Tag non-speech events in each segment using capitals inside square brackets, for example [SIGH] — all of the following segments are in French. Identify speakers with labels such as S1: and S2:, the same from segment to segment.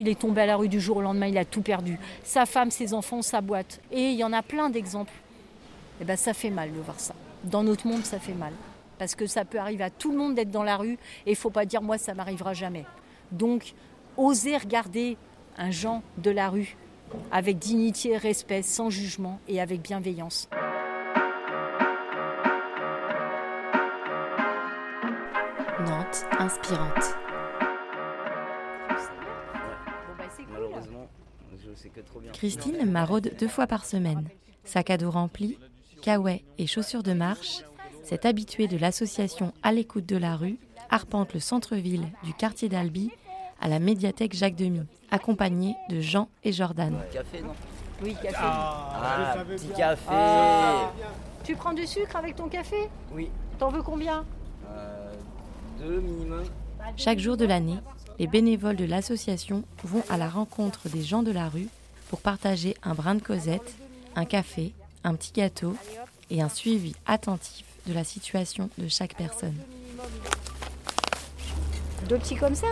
S1: Il est tombé à la rue du jour au lendemain, il a tout perdu. Sa femme, ses enfants, sa boîte. Et il y en a plein d'exemples. Et ben ça fait mal de voir ça. Dans notre monde, ça fait mal. Parce que ça peut arriver à tout le monde d'être dans la rue et il faut pas dire moi ça m'arrivera jamais. Donc oser regarder un Jean de la rue avec dignité, respect, sans jugement et avec bienveillance.
S2: Nantes inspirante.
S3: Malheureusement, je sais que trop bien.
S2: Christine maraude deux fois par semaine. Sac à dos rempli, kawaii et chaussures de marche, cette habituée de l'association À l'écoute de la rue arpente le centre-ville du quartier d'Albi à la médiathèque Jacques Demy, accompagnée de Jean et Jordan.
S3: Café, non
S1: Oui, café.
S3: Ah, petit café
S1: Ah. Tu prends du sucre avec ton café
S3: Oui.
S1: T'en veux combien
S3: Euh, deux minimum.
S2: Chaque jour de l'année, les bénévoles de l'association vont à la rencontre des gens de la rue pour partager un brin de causette, un café, un petit gâteau et un suivi attentif de la situation de chaque personne.
S1: Deux petits comme ça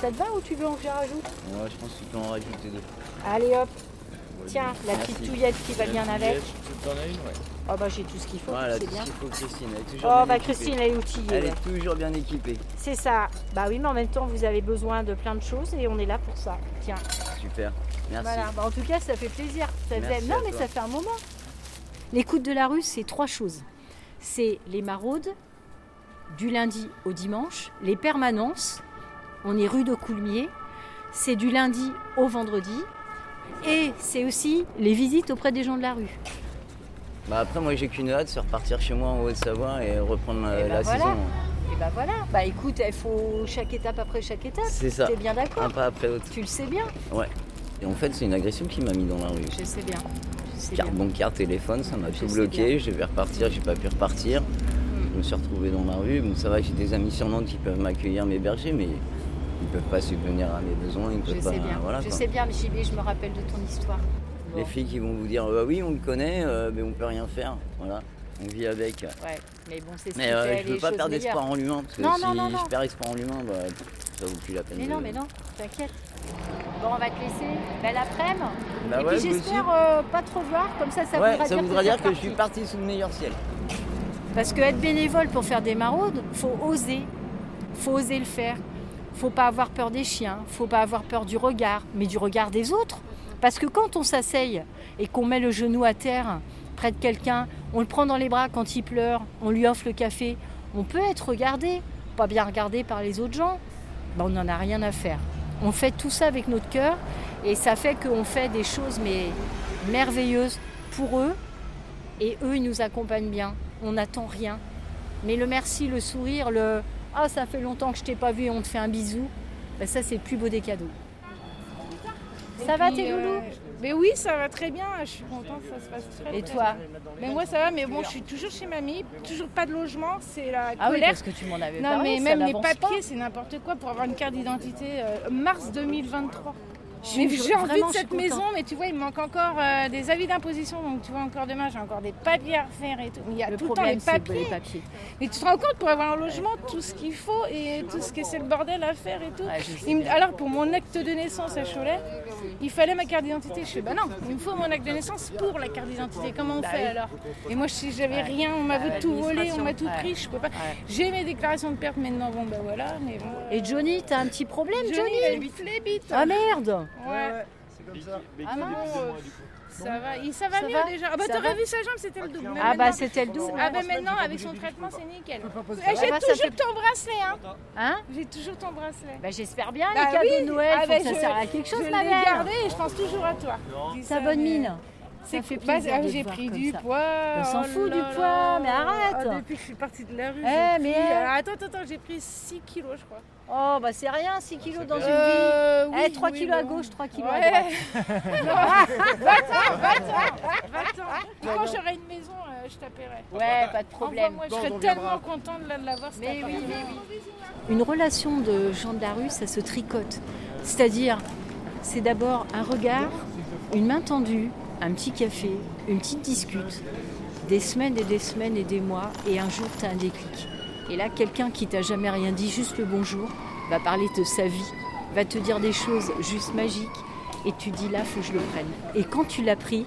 S1: Ça te va ou tu veux en que je rajoute
S3: Ouais, je pense que tu peux en rajouter deux.
S1: Allez hop,
S3: Ouais,
S1: tiens, la
S3: merci.
S1: petite touillette qui va
S3: Ah, La
S1: bien
S3: petite
S1: avec.
S3: touillette.
S4: T'en as une, ouais.
S1: Oh bah j'ai tout ce qu'il faut,
S3: Voilà,
S1: c'est
S3: tout ce
S1: bien.
S3: qu'il faut, Christine. Elle est toujours
S1: Oh
S3: bien
S1: bah
S3: équipée.
S1: Christine, elle est outillée.
S3: Elle
S1: ouais.
S3: est toujours bien équipée.
S1: C'est ça. Bah oui, mais en même temps, vous avez besoin de plein de choses et on est là pour ça. Tiens.
S3: Super. Merci.
S1: Voilà, Bah, en tout cas, ça fait plaisir. Ça
S3: Merci
S1: faisait- Non,
S3: à
S1: mais
S3: toi.
S1: ça fait un moment. L'écoute de la rue, c'est trois choses. C'est les maraudes, du lundi au dimanche, les permanences, on est rue de Coulmiers, c'est du lundi au vendredi, et c'est aussi les visites auprès des gens de la rue.
S3: Bah après, moi, j'ai qu'une hâte, c'est repartir chez moi en Haute-Savoie et reprendre la,
S1: Eh ben
S3: la
S1: voilà.
S3: saison.
S1: Et bah voilà, bah écoute, il faut chaque étape après chaque étape.
S3: C'est ça.
S1: T'es bien
S3: Un
S1: d'accord
S3: pas après l'autre.
S1: Tu le sais bien
S3: Et en fait, c'est une agression qui m'a mis dans la rue.
S1: Je sais bien. Je sais
S3: Carte
S1: bien.
S3: bancaire, téléphone, ça m'a
S1: Je
S3: tout
S1: sais
S3: bloqué. Je vais repartir, j'ai pas pu repartir. Je me suis retrouvé dans la rue. Bon, ça va, j'ai des amis sur Nantes qui peuvent m'accueillir, m'héberger, mais ils peuvent pas subvenir à mes besoins. Ils peuvent
S1: Je
S3: pas.
S1: sais bien.
S3: bah, Voilà,
S1: je
S3: quoi.
S1: sais bien, mais JB, je me rappelle de ton histoire.
S3: Les
S1: Bon.
S3: filles qui vont vous dire, bah oui, on le connaît, euh, mais on peut rien faire. Voilà, on vit avec.
S1: Ouais, mais bon, c'est ce
S3: Mais
S1: qui
S3: euh,
S1: fait
S3: je
S1: les
S3: veux pas
S1: choses
S3: perdre
S1: meilleures.
S3: espoir en l'humain, parce que
S1: Non,
S3: si
S1: non, non, non.
S3: je perds espoir en l'humain, bah, ça vaut plus la peine.
S1: Mais
S3: de-
S1: non, mais non, t'inquiète. Bon, on va te laisser. Belle après-midi.
S3: Bah
S1: Et
S3: ouais,
S1: puis
S3: vous aussi.
S1: j'espère euh, pas trop voir, comme ça, ça
S3: Ouais,
S1: voudra
S3: ça
S1: dire,
S3: voudra
S1: t'es
S3: dire que je suis
S1: reparti.
S3: parti sous le meilleur ciel.
S1: Parce que être bénévole pour faire des maraudes, faut oser. Faut oser le faire. Faut pas avoir peur des chiens, faut pas avoir peur du regard, mais du regard des autres. Parce que quand on s'asseye et qu'on met le genou à terre près de quelqu'un, on le prend dans les bras quand il pleure, on lui offre le café, on peut être regardé, pas bien regardé par les autres gens. Ben, on n'en a rien à faire. On fait tout ça avec notre cœur et ça fait qu'on fait des choses mais merveilleuses pour eux et eux ils nous accompagnent bien. On n'attend rien. Mais le merci, le sourire, le ah ça fait longtemps que je t'ai pas vu, on te fait un bisou, ben, ça c'est le plus beau des cadeaux. Ça va tes loulous
S5: Mais euh, oui, ça va très bien. Je suis contente, ça se passe très
S1: Et
S5: bien.
S1: toi
S5: Mais moi, ça va, mais bon, je suis toujours chez mamie, toujours pas de logement, c'est la
S1: Ah oui
S5: colère.
S1: parce que tu m'en avais
S5: non,
S1: parlé.
S5: mais
S1: ça
S5: même les
S1: n'avance
S5: papiers,
S1: pas.
S5: c'est n'importe quoi pour avoir une carte d'identité. euh, mars 2023.
S1: Je-
S5: Mais
S1: je-
S5: J'ai envie
S1: vraiment,
S5: de
S1: je
S5: cette
S1: suis contente.
S5: maison, mais tu vois, il me manque encore euh, des avis d'imposition, donc tu vois, encore demain, j'ai encore des papiers à refaire et tout. Mais il y a
S1: Le
S5: tout le temps les
S1: problème c'est
S5: papiers.
S1: les papiers.
S5: Mais tu te rends compte, pour avoir un logement, tout ce qu'il faut et tout ce que c'est le bordel à faire et tout.
S1: Ouais, je sais
S5: Il me-
S1: bien.
S5: Alors, pour mon acte de naissance à Cholet, il fallait ma carte d'identité. Je fais, bah non, il me faut mon acte de naissance pour la carte d'identité. Comment on fait alors Et moi, je si j'avais
S1: Bah Ouais.
S5: rien, on m'avait
S1: Ouais,
S5: tout volé, on m'a tout
S1: l'administration.
S5: pris, je peux pas.
S1: Ouais.
S5: J'ai mes déclarations de perte maintenant, bon bah voilà, mais bon.
S1: Et Johnny, t'as un petit problème, Johnny,
S5: Johnny, il habite les bites.
S1: Ah merde
S5: Ouais,
S4: Bécky,
S5: Ah non, euh, ça va, il, ça va
S1: Ça
S5: mieux
S1: va
S5: déjà. Ah bah
S1: Ça
S5: t'aurais
S1: va
S5: vu sa jambe, c'était le double. Mais
S1: Ah bah
S5: maintenant-
S1: c'était le double.
S5: Ah bah maintenant, avec son traitement, c'est nickel. Eh,
S1: Ça
S5: J'ai
S1: va, bah, ça
S5: toujours
S1: fait-
S5: ton bracelet, hein
S1: Hein
S5: J'ai toujours ton bracelet.
S1: bah, J'espère bien,
S5: Bah
S1: les cadeaux
S5: oui.
S1: de Noël,
S5: Ah
S1: faut
S5: bah
S1: que ça
S5: je-
S1: sert à quelque chose,
S5: je
S1: ma
S5: l'ai
S1: belle.
S5: gardé et je pense toujours à toi. Dis
S1: Ta
S5: ça,
S1: bonne
S5: mais-
S1: mine.
S5: C'est
S1: Ça fait
S5: que- bah,
S1: plaisir
S5: ah,
S1: de te
S5: J'ai
S1: voir
S5: pris
S1: comme
S5: du
S1: ça.
S5: poids.
S1: On s'en
S5: oh
S1: fout
S5: là
S1: du
S5: là.
S1: poids, mais arrête.
S5: Ah, Depuis que je suis partie de la rue,
S1: Eh,
S5: j'ai
S1: mais-
S5: pris- alors, Attends, attends, attends, j'ai pris 6 kilos, je crois.
S1: Oh, bah c'est rien, 6 kilos dans une vie.
S5: Euh,
S1: eh,
S5: oui,
S1: 3
S5: oui,
S1: kilos à
S5: bon.
S1: gauche, 3 kilos à
S5: Ouais.
S1: droite.
S5: [LAUGHS] Va-t'en. Quand j'aurai une maison, euh, je t'appellerai.
S1: Ouais, pas de problème.
S5: Envoie-moi, je serais tellement contente là, de l'avoir. cet
S1: Mais oui,
S5: appart.
S1: mais oui. Une relation de gens de la rue, ça se tricote. C'est-à-dire, c'est d'abord un regard, une main tendue, un petit café, une petite discute, des semaines et des semaines et des mois, et un jour, t'as un déclic. Et là, quelqu'un qui t'a jamais rien dit, juste le bonjour, va parler de sa vie, va te dire des choses juste magiques. Et tu dis là, faut que je le prenne. Et quand tu l'as pris,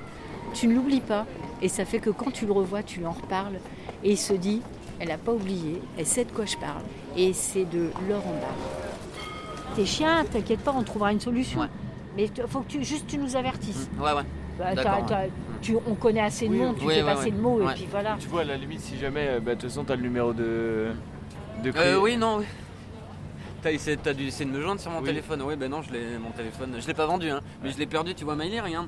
S1: tu ne l'oublies pas. Et ça fait que quand tu le revois, tu en reparles. Et il se dit, elle n'a pas oublié, elle sait de quoi je parle. Et c'est de l'or en barre. Tes chiens, t'inquiète pas, on trouvera une solution.
S3: Ouais.
S1: Mais il faut que tu, juste tu nous avertisses.
S3: Ouais, ouais.
S1: Bah,
S3: D'accord,
S1: t'as- t'as-
S3: ouais.
S1: tu, on connaît assez de
S4: Oui,
S1: monde, tu
S3: oui,
S1: fais
S3: ouais,
S1: passer
S3: ouais.
S1: de mots
S3: Ouais.
S1: et puis voilà.
S4: Tu vois, à la limite, si jamais, euh, bah, de toute façon, t'as le numéro de. de
S3: Euh,
S4: Cré-
S3: oui, non, oui. T'as essayé, t'as dû essayer de me joindre sur mon
S4: Oui.
S3: téléphone. Oui, ben non, je l'ai, mon téléphone, je l'ai pas vendu, hein. Mais je l'ai perdu, tu vois, Maïli, regarde.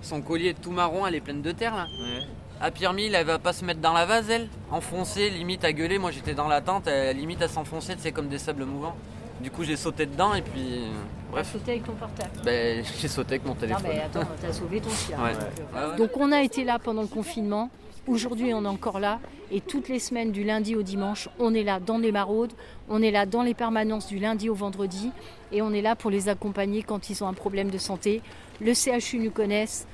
S3: Son collier tout marron, elle est pleine de terre, là.
S4: Ouais.
S3: À Pyrmille, elle va pas se mettre dans la vase, elle. Enfoncée, limite à gueuler. Moi, j'étais dans la tente, elle, limite à s'enfoncer, c'est comme des sables mouvants. Du coup, j'ai sauté dedans et puis. euh,
S1: On va
S3: Bref,
S1: sauter avec ton portable.
S3: ben, [LAUGHS] j'ai sauté avec
S1: Non
S3: mon téléphone.
S1: mais attends, t'as sauvé ton chien.
S3: Ouais.
S1: Donc, euh,
S3: Ouais, ouais.
S1: Donc on a été là pendant le confinement. Aujourd'hui, on est encore là. Et toutes les semaines, du lundi au dimanche, on est là dans les maraudes. On est là dans les permanences du lundi au vendredi. Et on est là pour les accompagner quand ils ont un problème de santé. Le CHU nous connaissent.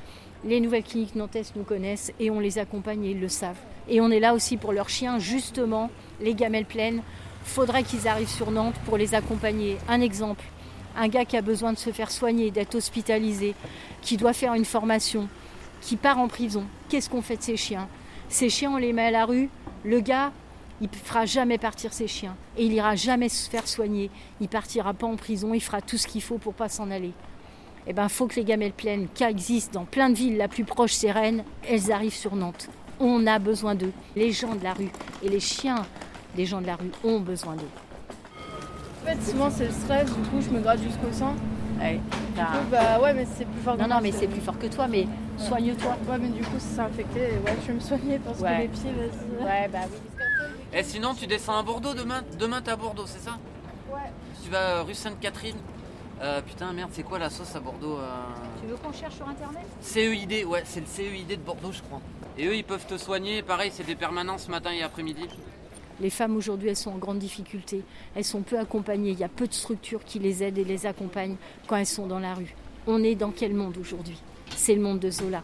S1: Les nouvelles cliniques nantaises nous connaissent. Et on les accompagne et ils le savent. Et on est là aussi pour leurs chiens, justement, les gamelles pleines. Faudrait qu'ils arrivent sur Nantes pour les accompagner. Un exemple, un gars qui a besoin de se faire soigner, d'être hospitalisé, qui doit faire une formation, qui part en prison. Qu'est-ce qu'on fait de ces chiens Ces chiens, on les met à la rue. Le gars, il ne fera jamais partir ses chiens. Et il ira jamais se faire soigner. Il partira pas en prison. Il fera tout ce qu'il faut pour pas s'en aller. Eh ben, faut que les gamelles pleines, cas existent dans plein de villes. La plus proche, c'est Rennes. Elles arrivent sur Nantes. On a besoin d'eux. Les gens de la rue et les chiens des gens de la rue ont besoin d'eux.
S6: En fait, souvent c'est le stress, du coup je me gratte jusqu'au sang.
S1: Ouais,
S6: Du
S1: Ah.
S6: coup, bah ouais, mais c'est plus fort que
S1: Non,
S6: moi,
S1: non, mais c'est plus fort que toi, mais soigne-toi.
S6: Ouais, mais du coup, ça s'est infecté. et Ouais, je vais me soigner parce
S1: Ouais.
S6: que les pieds, vas-y.
S1: Ouais, bah oui.
S3: Et Eh, sinon, tu descends à Bordeaux demain Demain, t'es à Bordeaux, c'est ça
S6: Ouais.
S3: Tu vas euh, rue Sainte-Catherine. Euh, putain, merde, c'est quoi la sauce à Bordeaux euh,
S1: Tu veux qu'on cherche sur Internet
S3: CEID, ouais, c'est le CEID de Bordeaux, je crois. Et eux, ils peuvent te soigner. Pareil, c'est des permanences matin et après-midi.
S1: Les femmes aujourd'hui, elles sont en grande difficulté. Elles sont peu accompagnées. Il y a peu de structures qui les aident et les accompagnent quand elles sont dans la rue. On est dans quel monde aujourd'hui C'est le monde de Zola.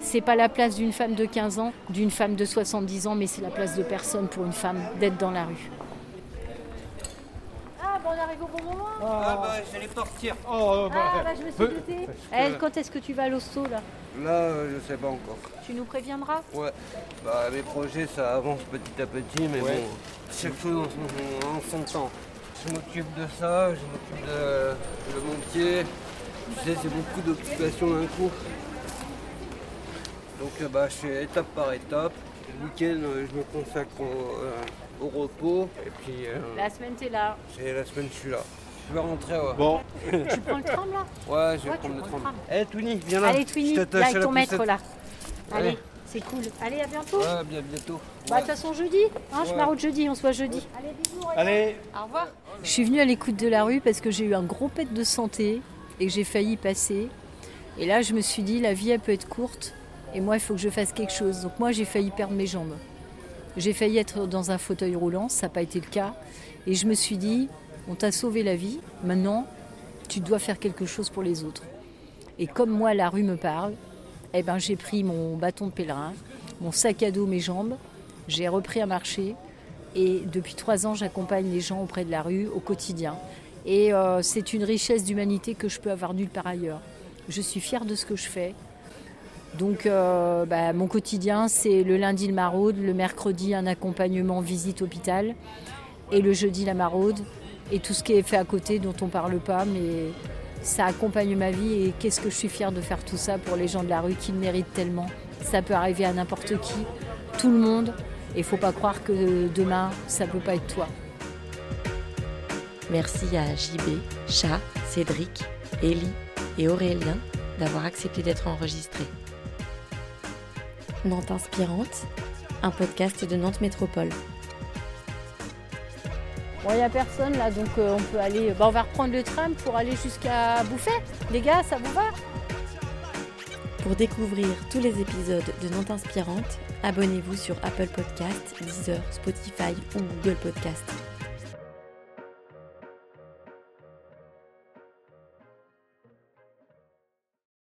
S1: C'est pas la place d'une femme de 15 ans, d'une femme de 70 ans, mais c'est la place de personne pour une femme d'être dans la rue. Ah, bon, on arrive au bon moment
S7: Ah bah j'allais partir. Oh,
S1: Ah, bah, je me suis doutée. Elle, quand est-ce que tu vas à l'hosto, là
S7: Là euh, je sais pas encore.
S1: Tu nous préviendras
S7: Ouais. Bah mes projets ça avance petit à petit mais bon. Chaque chose en son, en son temps. Je m'occupe de ça, je m'occupe de, de mon pied. Tu sais c'est beaucoup d'occupations d'un coup. Donc euh, bah je fais étape par étape. Le week-end euh, je me consacre au, euh, au repos. Et puis euh,
S1: La semaine, t'es là.
S7: c'est la semaine je suis là. Je vais rentrer ouais.
S4: Bon,
S1: Tu prends le tram, là
S7: Ouais, je
S1: Ouais,
S7: vais
S1: tu
S7: prendre le
S1: prends le
S7: tram.
S1: tram.
S7: Eh Tony, viens là.
S1: Allez,
S7: Je
S1: Twinny,
S7: t'attache
S1: là,
S7: à
S1: avec
S7: la
S1: ton maître,
S7: poussette.
S1: là. Allez,
S7: Allez.
S1: c'est cool. Allez, à bientôt.
S7: Ouais, bien bientôt.
S1: Bah, de toute façon, jeudi. Hein, Je
S7: Ouais.
S1: pars au jeudi, on se voit jeudi.
S4: allez
S1: Au revoir. Je suis venue à l'écoute de la rue parce que j'ai eu un gros pet de santé et que j'ai failli y passer. Et là, je me suis dit, la vie, elle peut être courte. Et moi, il faut que je fasse quelque chose. Donc, moi, j'ai failli perdre mes jambes. J'ai failli être dans un fauteuil roulant, ça n'a pas été le cas. Et je me suis dit, on t'a sauvé la vie, maintenant, tu dois faire quelque chose pour les autres. Et comme moi, la rue me parle, eh ben, j'ai pris mon bâton de pèlerin, mon sac à dos, mes jambes, j'ai repris à marcher. Et depuis trois ans, j'accompagne les gens auprès de la rue au quotidien. Et euh, c'est une richesse d'humanité que je peux avoir nulle part ailleurs. Je suis fière de ce que je fais. Donc, euh, bah, mon quotidien, c'est le lundi le maraude, le mercredi un accompagnement visite hôpital, et le jeudi la maraude, et tout ce qui est fait à côté dont on parle pas, mais ça accompagne ma vie. Et qu'est-ce que je suis fière de faire tout ça pour les gens de la rue qui le méritent tellement. Ça peut arriver à n'importe qui, tout le monde, et faut pas croire que demain, ça peut pas être toi.
S2: Merci à JB, Chat, Cédric, Ellie et Aurélien d'avoir accepté d'être enregistrés. Nantes Inspirante, un podcast de Nantes Métropole.
S1: Bon, il n'y a personne là, donc euh, on peut aller. bah, on va reprendre le tram pour aller jusqu'à Bouffet. Les gars, ça vous va
S2: Pour découvrir tous les épisodes de Nantes Inspirante, abonnez-vous sur Apple Podcasts, Deezer, Spotify ou Google Podcasts.